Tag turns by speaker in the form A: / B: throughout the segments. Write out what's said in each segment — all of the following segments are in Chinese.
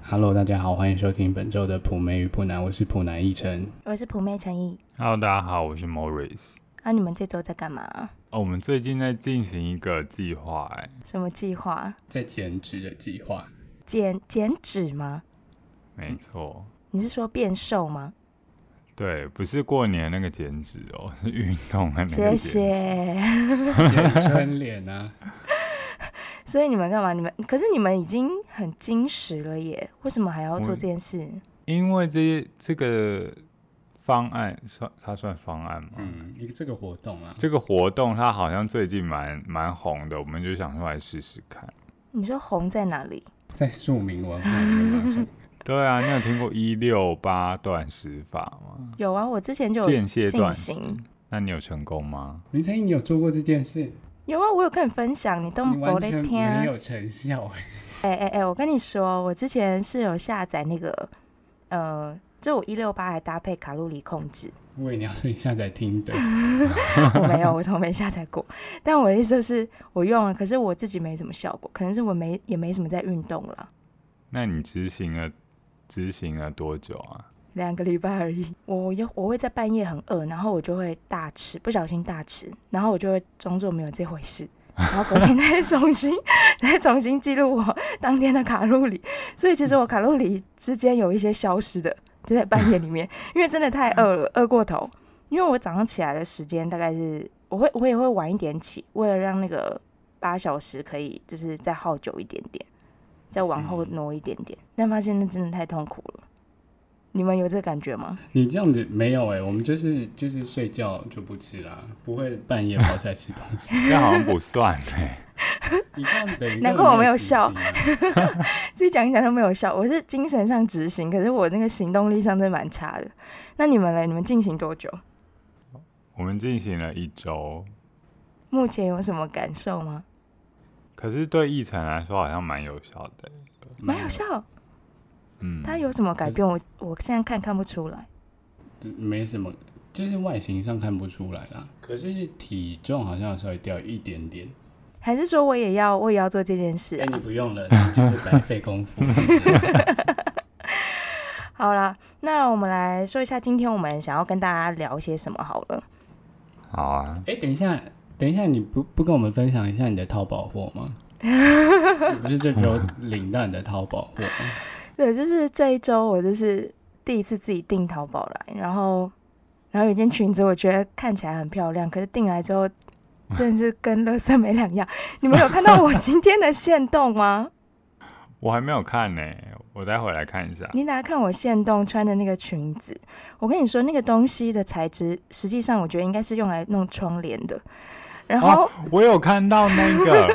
A: Hello，大家好，欢迎收听本周的普梅与普南，我是普南一晨。
B: 我是普妹陈毅。
C: Hello，大家好，我是 Morris。
B: 啊，你们这周在干嘛？
C: 哦，我们最近在进行一个计划，哎，
B: 什么计划？
A: 在减脂的计划，
B: 减减脂吗？
C: 没错，
B: 你是说变瘦吗？
C: 对，不是过年那个减脂哦， 是运动的那
B: 谢
C: 个减脂。
B: 谢。
A: 健身脸啊，
B: 所以你们干嘛？你们可是你们已经很矜持了耶，为什么还要做这件事？
C: 因为这这个方案算它算方案吗？
A: 嗯，一个这个活动啊，
C: 这个活动它好像最近蛮蛮红的，我们就想出来试试看。
B: 你说红在哪里？
A: 在庶民文化里面吧
C: 对啊，你有听过一六八断食法吗？
B: 有啊，我之前就有
C: 间歇
B: 进
C: 断食，
B: 行。
C: 那你有成功吗？
A: 林晨，你有做过这件事？
B: 有啊，我有跟你分享，你都
A: 你
B: 没
A: 完
B: 在
A: 全
B: 听。
A: 没有成 效、欸，
B: 哎哎哎，我跟你说，我之前是有下载那个，呃，就我一六八还搭配卡路里控制，
A: 我以为你要说你下载听的，
B: 我没有，我从没下载过。但我的意思就是，我用了，可是我自己没什么效果，可能是我没也没什么在运动了，
C: 那你执行了执行了多久啊？
B: 两个礼拜而已。 我又我会在半夜很饿，然后我就会大吃，不小心大吃，然后我就会装作没有这回 事，然后隔天再重新 再重新记录我当天的卡路里。所以其实我卡路里之间有一些消失的，就在半夜里 面，因为真的太饿了，饿过头。因为我早上起来的时间大概是，我会我也会晚一点起，为了让那个八小时可以就是再耗久一点点，再往后挪一点点。但发现那真的太痛苦了。你们有这感觉吗？
A: 你这样子没有哎、我们就是就是睡觉就不吃啦，不会半夜跑出来吃东 西。
C: 那好像不算哎、
A: 你这样等于根本
B: 难怪我没有
A: 执
B: 笑
A: 行啊
B: 自己讲一讲都没有效。我是精神上执行，可是我那个行动力上真的蛮差的。那你们嘞？你们进行多久？
C: 我们进行了一周，
B: 目前有什么感受吗？
C: 可是对议程来说好像蛮有效的、
B: 蛮有效。
C: 嗯，
B: 它有什么改变？我我现在看看不出来。
A: 没什么，就是外形上看不出来啦。可是体重好像有稍微掉一点点。
B: 还是说我也要我也要做这件事
A: 哎、
B: 啊？
A: 你不用了，你就是白费功夫。
B: 好啦，那我们来说一下今天我们想要跟大家聊些什么好了。
C: 好啊，
A: 哎、等一下，等一下，你不不跟我们分享一下你的淘宝货吗？你不是这周领到你的淘宝货吗？
B: 对，就是这一周我就是第一次自己订淘宝来，然后然后有一件裙子我觉得看起来很漂亮，可是订来之 后真的是跟垃圾没两样。你们有看到我今天的线动吗？
C: 我还没有看呢、我待会来看一下。
B: 你大家看我现动穿的那个裙子，我跟你说，那个东西的材质，实际上我觉得应该是用来弄窗帘的。然后、
C: 哦，我有看到那 个，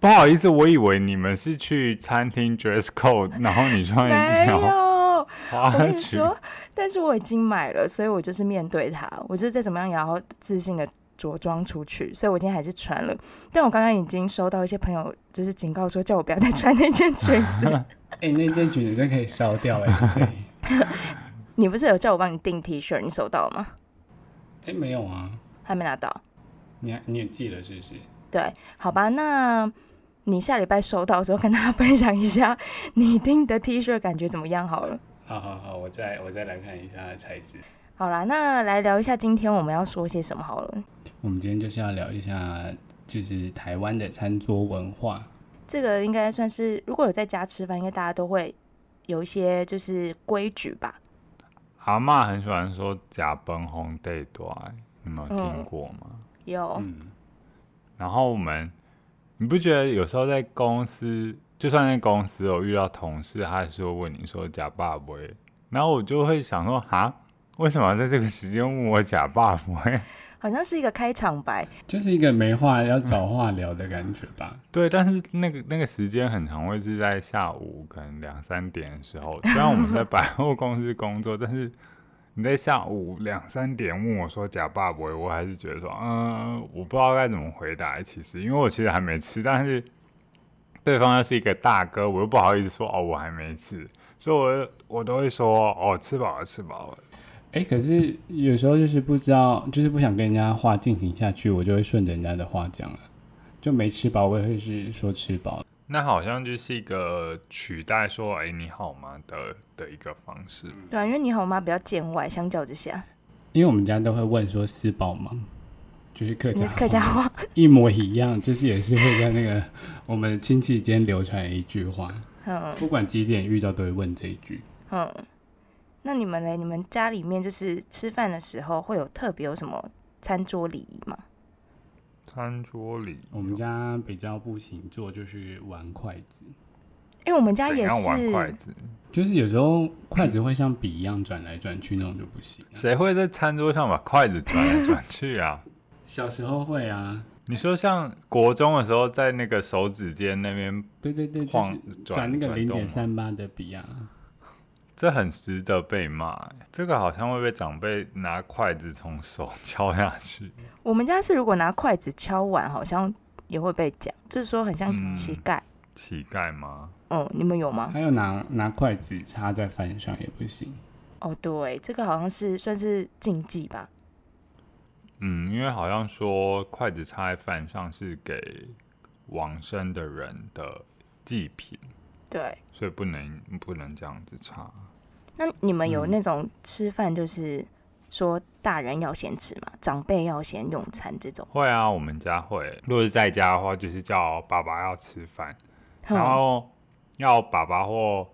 C: 不好意思，我以为你们是去餐厅 dress code，然后你穿
B: 没
C: 一哦条
B: 有， 我
C: 花
B: 跟你
C: 裙，
B: 说，但是我已经买了，所以我就是面对它，我就是再怎么样也要自信的着装出去，所以我今天还是穿了。但我刚刚已经收到一些朋友就是警告说，叫我不要再穿那件裙子。
A: 哎、那件裙子真可以烧掉哎、欸！所以
B: 你不是有叫我帮你订 T 恤，你收到了吗？
A: 哎、没有啊，
B: 还没拿到。
A: 你还你也寄了是不是？
B: 对，好吧，那你下礼拜收到的时候跟大家分享一下你订的 T 恤感觉怎么样好了。
A: 好好好，我再我再来看一下它的材质。
B: 好啦，那来聊一下今天我们要说些什么好了。
A: 我们今天就是要聊一下，就是台湾的餐桌文化。
B: 这个应该算是如果有在家吃饭，应该大家都会有一些就是规矩吧。
C: 阿嬷很喜欢说假崩烘对多，你们
B: 嗯
C: 有听过吗？
B: 有，
A: 嗯，
C: 然后我们，你不觉得有时候在公司，就算在公司有遇到同事，他还是会问你说假爸爸，然后我就会想说哈，为什么要在这个时间问我假爸爸？
B: 好像是一个开场白。
A: 就是一个没话要找话聊的感觉吧。
C: 对，但是那个那个时间很常会是在下午可能两三点的时候，虽然我们在百货公司工作，但是。你在下午两三点问我说假爸爸，我还是觉得说，嗯，我不知道该怎么回答。其实，因为我其实还没吃，但是对方又是一个大哥，我又不好意思说哦，我还没吃，所以我就我都会说哦，吃饱了，吃饱了。
A: 哎、可是有时候就是不知道，就是不想跟人家话进行下去，我就会顺着人家的话讲了，就没吃饱，我也会是说吃饱。
C: 那好像就是一个取代说“哎、你好吗”的的一个方式。
B: 对啊，因为你好吗比较见外，相较之下，
A: 因为我们家都会问说私宝吗？就是客
B: 你
A: 家
B: 是客家
A: 话
B: 话，
A: 一模一样，就是也是会在那个我们亲戚间流传一句话，
B: 嗯
A: 不管几点遇到都会问这一句。
B: 嗯。那你们嘞？你们家里面就是吃饭的时候会有特别有什么餐桌礼仪吗？
C: 餐桌礼仪，
A: 我们家比较不行做就是玩筷子，
B: 因为我们家
C: 怎
B: 也
C: 样玩筷
B: 是，
C: 子？
A: 就是有时候筷子会像笔一样转来转去，那种就不行、啊。
C: 谁会在餐桌上把筷子转来转去 啊？
A: 小时候会啊，
C: 你说像国中的时候，在那个手指尖那边
A: 对对对，就
C: 晃
A: 是转
C: 转
A: 那个
C: 转
A: 零
C: 动啊
A: 点
C: 吗，
A: 三八的笔啊。
C: 这很值得被骂、欸。这个好像会被长辈拿筷子从手敲下去。
B: 我们家是如果拿筷子敲碗，好像也会被讲，就是说很像
C: 嗯
B: 乞丐。
C: 乞丐吗？
B: 哦、你们有吗？
A: 还有拿拿筷子插在饭上也不行。
B: 哦，对，这个好像是算是禁忌吧。
C: 嗯，因为好像说筷子插在饭上是给往生的人的祭品，
B: 对，
C: 所以不能不能这样子插。
B: 那你们有
A: 嗯
B: 那种吃饭就是说大人要先吃嘛，长辈要先用餐这种？
C: 会啊，我们家会。如果是在家的话，就是叫爸爸要吃饭，
B: 哼
C: 然后要爸爸或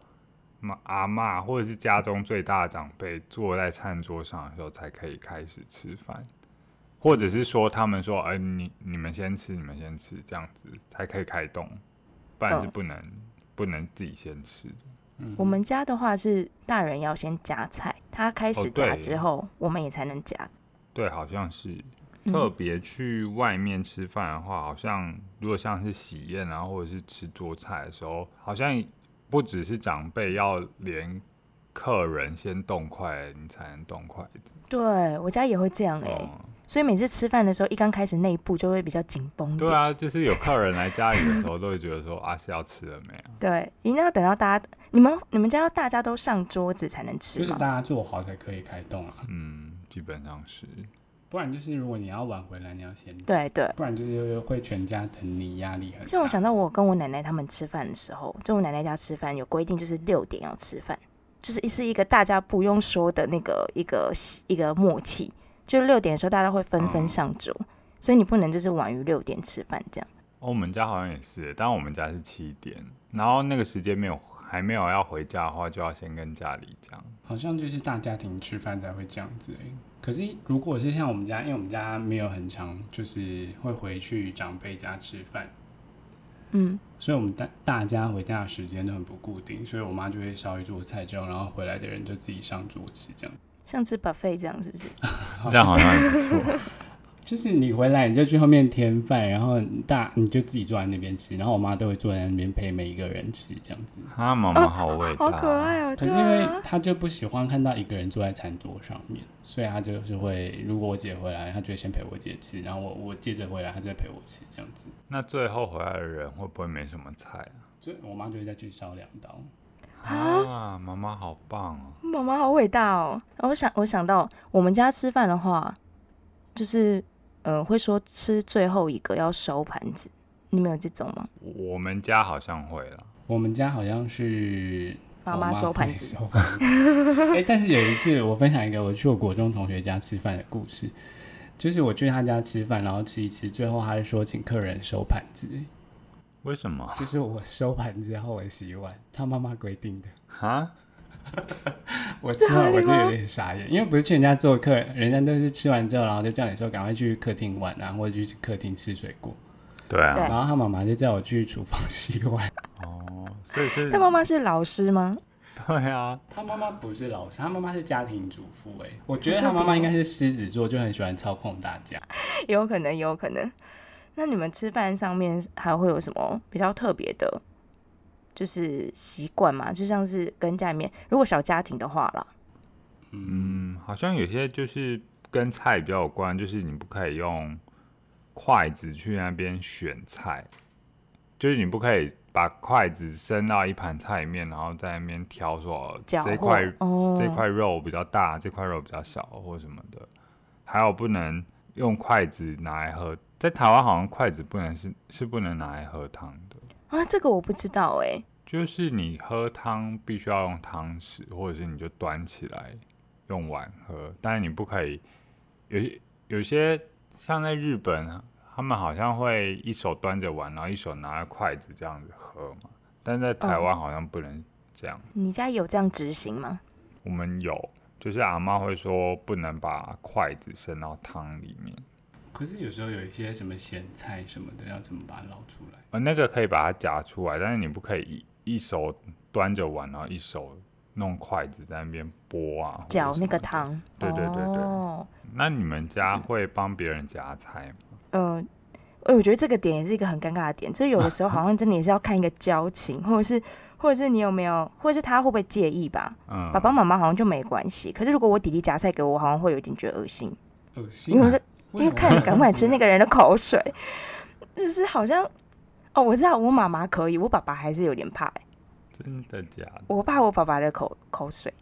C: 妈阿嬷或者是家中最大的长辈坐在餐桌上的时候，才可以开始吃饭，或者是说他们说，哎、你你们先吃，你们先吃，这样子才可以开动，不然是
B: 嗯
C: 不能、不能自己先吃的。
A: 嗯，
B: 我们家的话是大人要先夹菜，他开始
C: 哦对
B: 夹之后，我们也才能夹。
C: 对，好像是。
B: 嗯
C: 特别去外面吃饭的话，好像如果像是喜宴啊，或者是吃桌菜的时候，好像不只是长辈要连客人先动筷，你才能动筷子。
B: 对我家也会这样哎、
C: 哦、
B: 所以每次吃饭的时候，一刚开始那一步就会比较紧绷一点。
C: 对啊，就是有客人来家里的时候，都会觉得说啊是要吃了没啊？
B: 对，一定要等到大家，你们你们家要大家都上桌子才能吃
A: 就是
B: 吗
A: 大？家做好才可以开动啊，
C: 嗯，基本上是。
A: 不然就是如果你要晚回来，你要先，
B: 对对。
A: 不然就是会全家疼你，压力很大。
B: 像我想到我跟我奶奶他们吃饭的时候，就我奶奶家吃饭有规定，就是六点要吃饭，就是是一个大家不用说的那个一个一个默契，就六点的时候大家会纷纷
A: 哦
C: 嗯
B: 上桌，所以你不能就是晚于六点吃饭这样。
C: 哦，我们家好像也是，但我们家是七点，然后那个时间没有还没有要回家的话，就要先跟家里 讲。
A: 好像就是大家庭吃饭才会这样子、欸。可是如果是像我们家，因为我们家没有很常，就是会回去长辈家吃饭，
B: 嗯，
A: 所以我们大大家回家的时间都很不固定，所以我妈就会烧一桌菜之后，然后回来的人就自己上桌吃，这样。
B: 像吃 buffet 这样是不是？
C: 这样好像也不错。
A: 就是你回来你就去后面添饭，然后你大你就自己坐在那边吃，然后我妈都会坐在那边陪每一个人吃这样子。
C: 啊，妈妈好伟大、
B: 好可爱哦、
A: 可
B: 对
A: 是因为
B: 啊，
A: 她就不喜欢看到一个人坐在餐桌上面，所以她就是会，如果我姐回来，她就会先陪我姐吃，然后我我接着回来，她再陪我吃这样子。
C: 那最后回来的人会不会没什么菜
A: 所以我妈就会再去烧两刀。
C: 啊？啊，妈妈好棒哦！
B: 妈妈好伟大哦、我想我想到我们家吃饭的话，就是呃会说吃最后一个要收盘子，你们有这种吗？
C: 我我们家好像会啦，
A: 我们家好像是
B: 妈
A: 我
B: 妈
A: 妈
B: 收盘
A: 会
B: 子
A: 收盘子。哎、但是有一次我分享一个我去我国中同学家吃饭的故事，就是我去他家吃饭，然后吃一吃，最后他就说请客人收盘子，
C: 为什么
A: 就是我收盘子，然后我洗碗，他妈妈规定的。
C: 啊？
A: 我吃完我就
B: 吗
A: 有点傻眼，因为不是去人家做客，人家都是吃完之后，然后就叫你说赶快去客厅玩啊，或者去客厅吃水果，
C: 对啊，
B: 对
A: 然后他妈妈就叫我去厨房 洗碗。
C: 哦，所以
A: 啊
C: 是
B: 他妈妈是老师吗？
C: 对啊，
A: 他妈妈不是老师，他妈妈是家庭主妇。哎，我觉得他妈妈应该是狮子座，就很喜欢操控大家。
B: 有可能，有可能。那你们吃饭上面还会有什么比较特别的，就是习惯嘛？就像是跟家里面，如果小家庭的话啦，
A: 嗯，
C: 嗯，好像有些就是跟菜比较有关，就是你不可以用筷子去那边选菜，就是你不可以把筷子伸到一盘菜里面，然后在那边挑说哦
B: 搅
C: 这
B: 和
C: 块
B: 哦，
C: 这块肉比较大，这块肉比较小或什么的。还有不能用筷子拿来喝，在台湾好像筷子不能是是不能拿来喝汤的。
B: 啊，这个我不知道哎、
C: 就是你喝汤必须要用汤匙，或者是你就端起来用碗喝，但是你不可以有些有些像在日本啊，他们好像会一手端着碗，然后一手拿着筷子这样子喝嘛，但在台湾好像不能这样。
B: 你家有这样执行吗？
C: 我们有，就是阿妈会说不能把筷子伸到汤里面，
A: 可是有时候有一些什么咸菜什么的，要怎么把它捞出来？
C: 呃，那个可以把它夹出来，但是你不可以一一手端着碗，然后一手弄筷子在那边拨啊，或者
B: 搅
C: 什
B: 那
C: 么
B: 个
C: 的。
B: 汤？
C: 对对对对
B: 哦，
C: 那你们家会帮别人夹菜吗？
B: 呃，呃我觉得这个点也是一个很尴尬的点，就是有的时候好像真的也是要看一个交情，或者是或者是你有没有，或者是他会不会介意吧。
C: 嗯，
B: 爸爸妈妈好像就没关系，可是如果我弟弟夹菜给我，我好像会有一点觉得恶心，
A: 恶心
B: 因
A: 啊、
B: 为因为看你敢不敢吃那
A: 个，
B: 个人的口水，就是好像哦，我知道我妈妈可以，我爸爸还是有点怕、欸，
C: 真的假的？
B: 我怕我爸爸的口口水，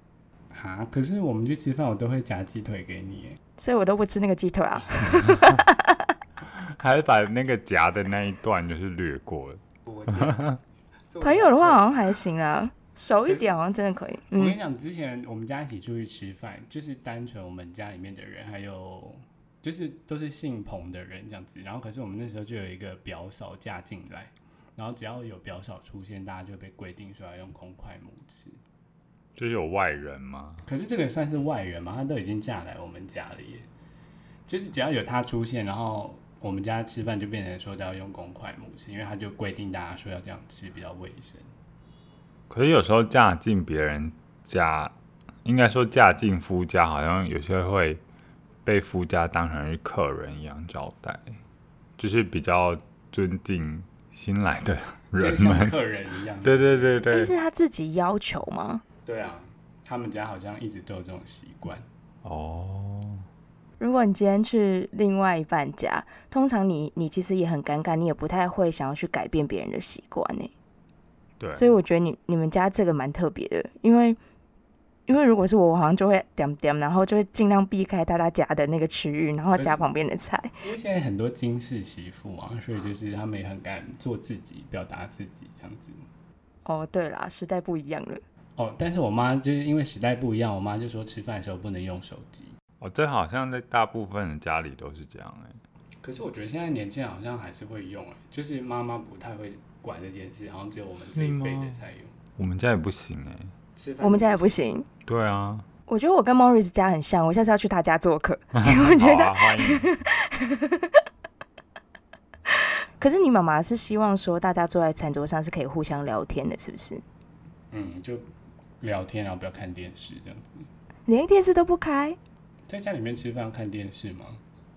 A: 哈，可是我们去吃饭，我都会夹鸡腿给你欸耶。
B: 所以我都不吃那个鸡腿啊。
C: 还是把那个夹的那一段就是略过了？
B: 朋友的话好像还行啦，熟一点好像真的可以。
A: 我跟你
B: 嗯，
A: 讲，之前我们家一起出去吃饭，就是单纯我们家里面的人，还有就是都是姓彭的人这样子。然后可是我们那时候就有一个表嫂嫁进来，然后只要有表嫂出现，大家就被规定说要用公筷母匙。
C: 就是有外人吗？
A: 可是这个也算是外人嘛，她都已经嫁来我们家了耶。就是只要有她出现，然后我们家吃饭就变成说都要用公筷母匙，因为她就规定大家说要这样吃比较卫生。
C: 可是有时候嫁进别人家，应该说嫁进夫家，好像有些会被夫家当成是客人一样招待，就是比较尊敬新来的
A: 就
C: 人
A: 像
C: 们。
A: 客人一样。
C: 对对对
B: 但
C: 对，
B: 是他自己要求吗？
A: 对啊，他们家好像一直都有这种习惯。
C: 哦，
B: 如果你今天去另外一半家，通常你你其实也很尴尬，你也不太会想要去改变别人的习惯欸呢。
C: 对，
B: 所以我觉得你你们家这个蛮特别的，因为因为如果是我，我好像就会点点，然后就会尽量避开大家家的那个区域，然后
A: 可是
B: 夹旁边的菜。
A: 因为现在很多金氏媳妇啊，所以就是他们也很敢做自己，表达自己这样子。
B: 哦，对啦，时代不一样了。
A: 哦，但是我妈就是因为时代不一样，我妈就说吃饭的时候不能用手机。
C: 哦，这好像在大部分的家里都是这样哎、
A: 可是我觉得现在年轻人好像还是会用、欸，就是妈妈不太会管这件事，好像只有我们这一辈的才用。
C: 我们家也不行哎、
A: 吃饭
B: 我们家也不行。
C: 对啊，
B: 我觉得我跟 Morris 家很像，我下次要去他家做客，因为我觉
C: 好
B: 得
C: 啊，欢迎。
B: 可是你妈妈是希望说大家坐在餐桌上是可以互相聊天的，是不是？
A: 嗯，就聊天，然后不要看电视这样子。
B: 连电视都不开？
A: 在家里面吃饭要看电视吗？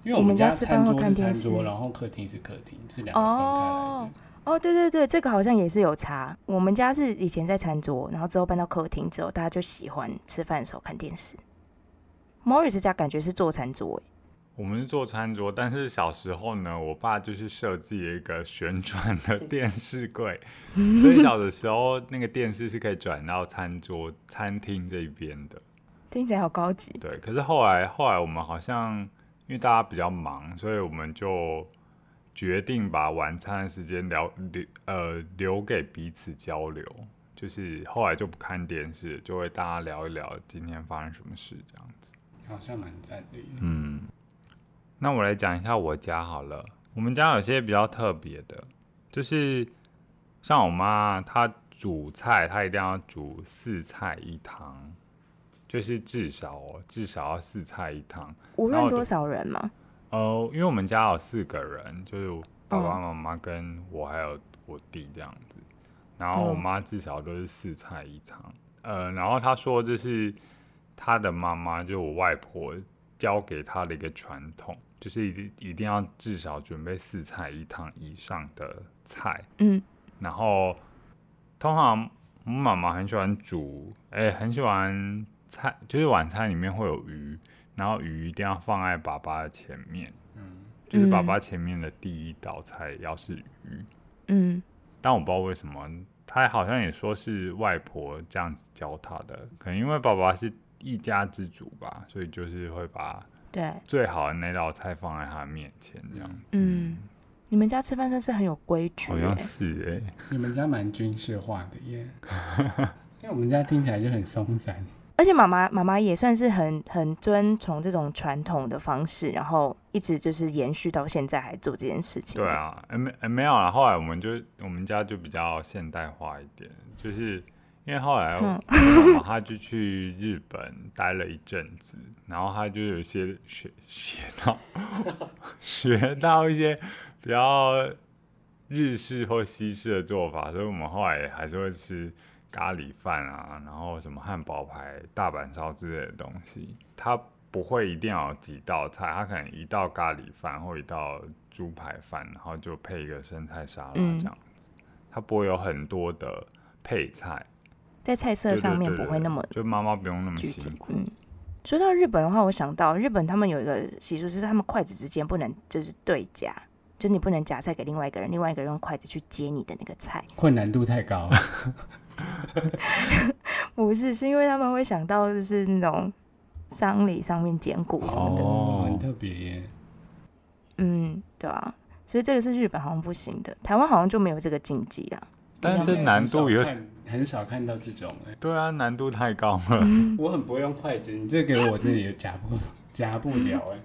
A: 因为
B: 我们
A: 家
B: 家吃饭
A: 餐
B: 会
A: 桌
B: 看
A: 是
B: 电
A: 餐
B: 视
A: 桌，然后客厅是客厅，是两个分开来的。
B: 哦哦，对对对，这个好像也是有差。我们家是以前在餐桌，然后之后搬到客厅之后，大家就喜欢吃饭的时候看电视。Morris 家感觉是坐餐桌，欸
C: 我们是做餐桌，但是小时候呢，我爸就是设计了一个旋转的电视柜，所以小的时候那个电视是可以转到餐桌、餐厅这一边的。
B: 听起来好高级。
C: 对，可是后来后来我们好像因为大家比较忙，所以我们就决定把晚餐的时间留留呃留给彼此交流，就是后来就不看电视，就会大家聊一聊今天发生什么事这样子。
A: 好像蛮赞的耶。
C: 嗯，那我来讲一下我家好了。我们家有些比较特别的，就是像我妈，她煮菜她一定要煮四菜一汤，就是至少哦，至少要四菜一汤。
B: 无
C: 然
B: 论
C: 后我就
B: 多少人嘛，
C: 呃，因为我们家有四个人，就是爸爸妈妈跟我还有我弟这样子，然后我
B: 嗯
C: 妈至少都是四菜一汤。呃，然后她说这是她的妈妈，就我外婆教给她的一个传统，就是一定一定要至少准备四菜一汤以上的菜。
B: 嗯，
C: 然后通常我妈妈很喜欢煮，哎、很喜欢菜，就是晚餐里面会有鱼，然后鱼一定要放在粑粑的前面，
A: 嗯，
C: 就是粑
B: 嗯
C: 粑前面的第一道菜要是鱼，
B: 嗯，
C: 但我不知道为什么，她好像也说是外婆这样子教她的，可能因为粑粑是一家之主吧，所以就是会把
B: 对，
C: 最好的那道菜放在她面前这样。
B: 嗯，你们家吃饭算是很有规矩、
C: 好
B: 欸
C: 像，是哎、
A: 你们家蛮军事化的耶，因为我们家听起来就很松散。
B: 而且妈妈妈妈也算是很很遵从这种传统的方式，然后一直就是延续到现在还做这件事情。
C: 对，啊，哎、没、哎没有啊，后来我们就我们家就比较现代化一点，就是因为后来我
B: 嗯
C: 妈妈她就去日本待了一阵子，然后她就有一些学学到 学到一些比较日式或西式的做法，所以我们后来还是会吃咖喱饭啊，然后什么汉堡排、大阪烧之类的东西。它不会一定要有几道菜，它可能一道咖喱饭或一道猪排饭，然后就配一个生菜沙拉这
B: 嗯
C: 样子。它不会有很多的配菜，
B: 在菜色
C: 对对
B: 上面
C: 对
B: 不
C: 对
B: 会那么
C: 就妈妈不用那么
B: 拘
C: 辛
B: 谨。
C: 苦。
B: 嗯，说到日本的话，我想到日本他们有一个习俗是他们筷子之间不能就是对夹，就是你不能夹菜给另外一个人，另外一个人用筷子去接你的那个菜。
A: 困难度太高了，
B: 不是，是因为他们会想到就是那种丧礼上面捡骨什么的。
C: 哦
A: 很特别耶。
B: 嗯，对啊，所以这个是日本好像不行的，台湾好像就没有这个禁忌啊。
C: 但是这难度
A: 很
C: 有
A: 少看很少看到这种哎，
C: 对啊，难度太高了。
A: 我很不会用筷子，你这给我真的也夹不夹不了哎。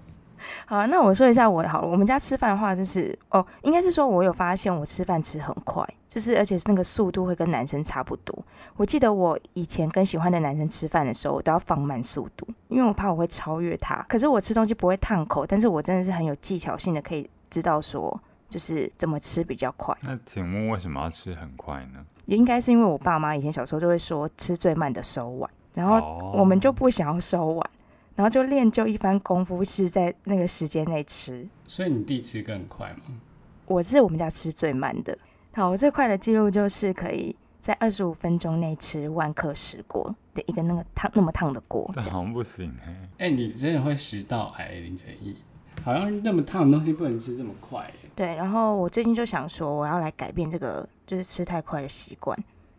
B: 好啊，那我说一下我好了。我们家吃饭的话，就是哦，应该是说我有发现我吃饭吃很快，就是而且是那个速度会跟男生差不多。我记得我以前跟喜欢的男生吃饭的时候，我都要放慢速度，因为我怕我会超越他。可是我吃东西不会烫口，但是我真的是很有技巧性的，可以知道说就是怎么吃比较快。
C: 那请问为什么要吃很快呢？
B: 也应该是因为我爸妈以前小时候就会说吃最慢的手腕，然后
C: 哦
B: 我们就不想要手腕，然后就练就一番功夫是在那个时间内吃。
A: 所以你弟吃更快吗？
B: 我是我们家吃最慢的。好，我最快的记录就是可以在二十五分钟内吃万克石锅的一个那个烫那么烫的锅，
C: 但好像不行哎、
A: 哎，你真的会食道癌林晨毅，好像那么烫的东西不能吃这么快耶。
B: 对，然后我最近就想说，我要来改变这个就是吃太快的习惯，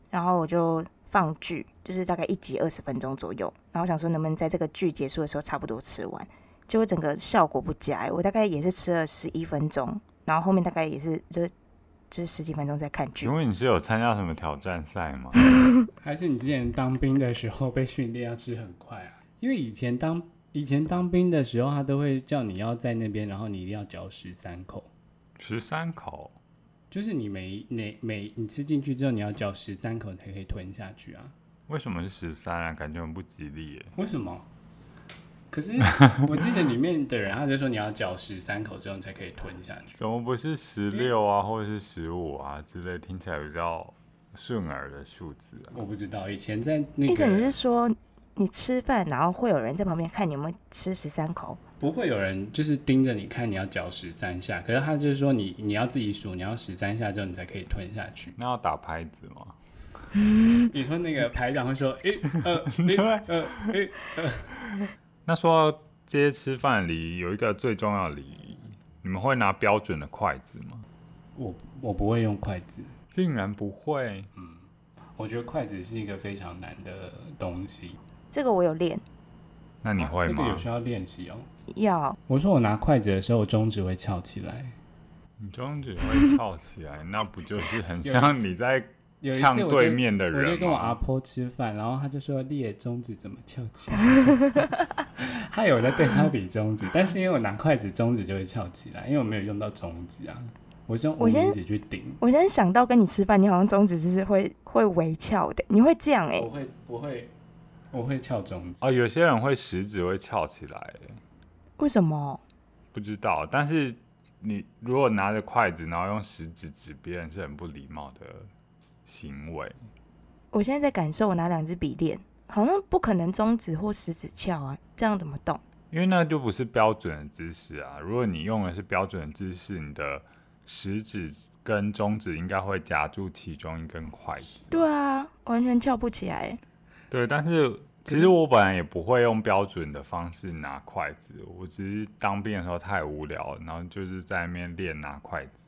B: 然后我就放剧，就是大概一集二十分钟左右，然后想说能不能在这个剧结束的时候差不多吃完，结果整个效果不佳欸，我大概也是吃了十一分钟，然后后面大概也是就是就是十几分钟在看剧
C: 请，问你是有参加什么挑战赛吗？
A: 还是你之前当兵的时候被训练要吃很快啊？ 因为以前当以前当兵的时候，他都会叫你要在那边，然后你一定要嚼十三口，
C: 十三口，
A: 就是你每每每你吃进去之后，你要嚼十三口才可以吞下去啊。
C: 为什么是十三啊？感觉很不吉利耶。
A: 为什么？可是我记得里面的人，他就说你要嚼十三口之后你才可以吞下去。
C: 怎么不是十六啊，或者是十五啊之类，听起来比较顺耳的数字啊？
A: 我不知道，以前在那
B: 医生你
A: 个啊
B: 哎是说你吃饭然后会有人在旁边看你有没有吃十三口？
A: 不会有人就是盯着你看你要嚼十三下，可是他就是说你你要自己数，你要十三下之后你才可以吞下去。
C: 那要打拍子吗？
A: 你说那个排长会说，诶、呃，诶、呃，诶、
C: 那说到这些吃饭礼仪，有一个最重要的礼仪，你们会拿标准的筷子吗？
A: 我我不会用筷子，
C: 竟然不会，
A: 我觉得筷子是一个非常难的东西。
B: 这个我有练，
C: 那你会
A: 啊这个
C: 吗
A: 有？需要练习哦。
B: 要
A: 我说我拿筷子的时候，我中指会翘起来。
C: 你中指会翘起 来，那不就是很
A: 有
C: 像你在
A: 有一次
C: 呛
A: 我就
C: 对面的人哦吗？
A: 我就跟我阿婆吃饭，然后她就说列中指怎么翘起来， 她有在对她比中指，但是因为我拿筷子，中指就会翘起来，因为我没有用到中指啊，我是用无
B: 我先
A: 名指去顶，
B: 我现在想到跟你吃饭，你好像中指就是会会微翘的，你会这样哎、
A: 我会我会我会翘中指，
C: 哦，有些人会食指会翘起来，
B: 为什么？
C: 不知道。但是你如果拿着筷子，然后用食指指别人，是很不礼貌的行为。
B: 我现在在感受我拿两支笔练，好像不可能中指或食指翘啊，这样怎么动？
C: 因为那就不是标准的姿势啊。如果你用的是标准的姿势，你的食指跟中指应该会夹住其中一根筷子。
B: 对啊，完全翘不起来欸、
C: 对，但是其实我本来也不会用标准的方式拿筷子，我只是当兵的时候太无聊，然后就是在那边练拿筷子。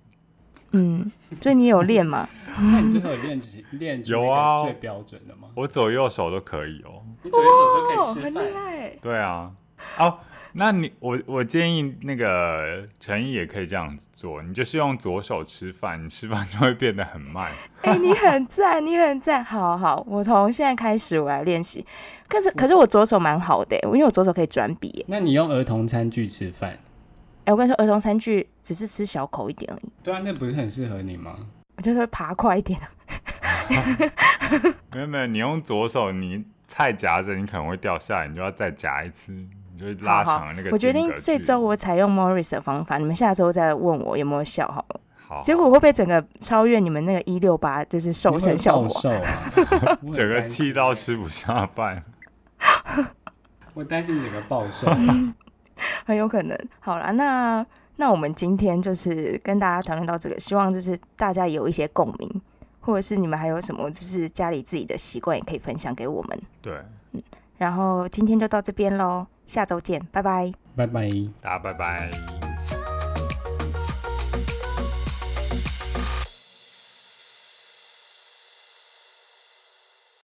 B: 嗯，所以你有练 吗？
A: 那你最后有练起练出
C: 有
A: 一个
C: 啊
A: 最标准的吗？
C: 我左右手都可以哦。
A: 你左右手都可以
B: 哦很
A: 吃
B: 厉
A: 饭，
B: 害欸、
C: 对啊，哦，那你我我建议那个陈毅也可以这样子做，你就是用左手吃饭，你吃饭就会变得很慢。
B: 哎、你很赞，你很赞，好好，我从现在开始我来练习。可是可是我左手蛮好的、欸因为我左手可以转笔、欸
A: 那你用儿童餐具吃饭，
B: 哎、我跟你说，儿童餐具只是吃小口一点而已，
A: 对啊，那不是很适合你吗？
B: 我就是会爬快一点啊。
C: 没有没有，你用左手，你菜夹着，你可能会掉下来，你就要再夹一次，你就会拉
B: 好好
C: 长那个
B: 我决
C: 间
B: 定
C: 隔
B: 这
C: 距
B: 周
C: 离
B: 我采用 Morris 的方法，你们下周再问我有没有效好了。
C: 好，，
B: 结果我会不会整个超越你们那个一六八，就是瘦身效
A: 你
B: 果？
A: 会暴瘦啊
C: 整个气到吃不下饭。
A: 我担心整个暴 瘦。
B: 很有可能。好啦，那那我们今天就是跟大家讨论到这个，希望就是大家有一些共鸣，或者是你们还有什么就是家里自己的习惯也可以分享给我们。
C: 对，
B: 然后今天就到这边喽，下周见，拜拜。
A: 拜拜。
C: 大家拜拜。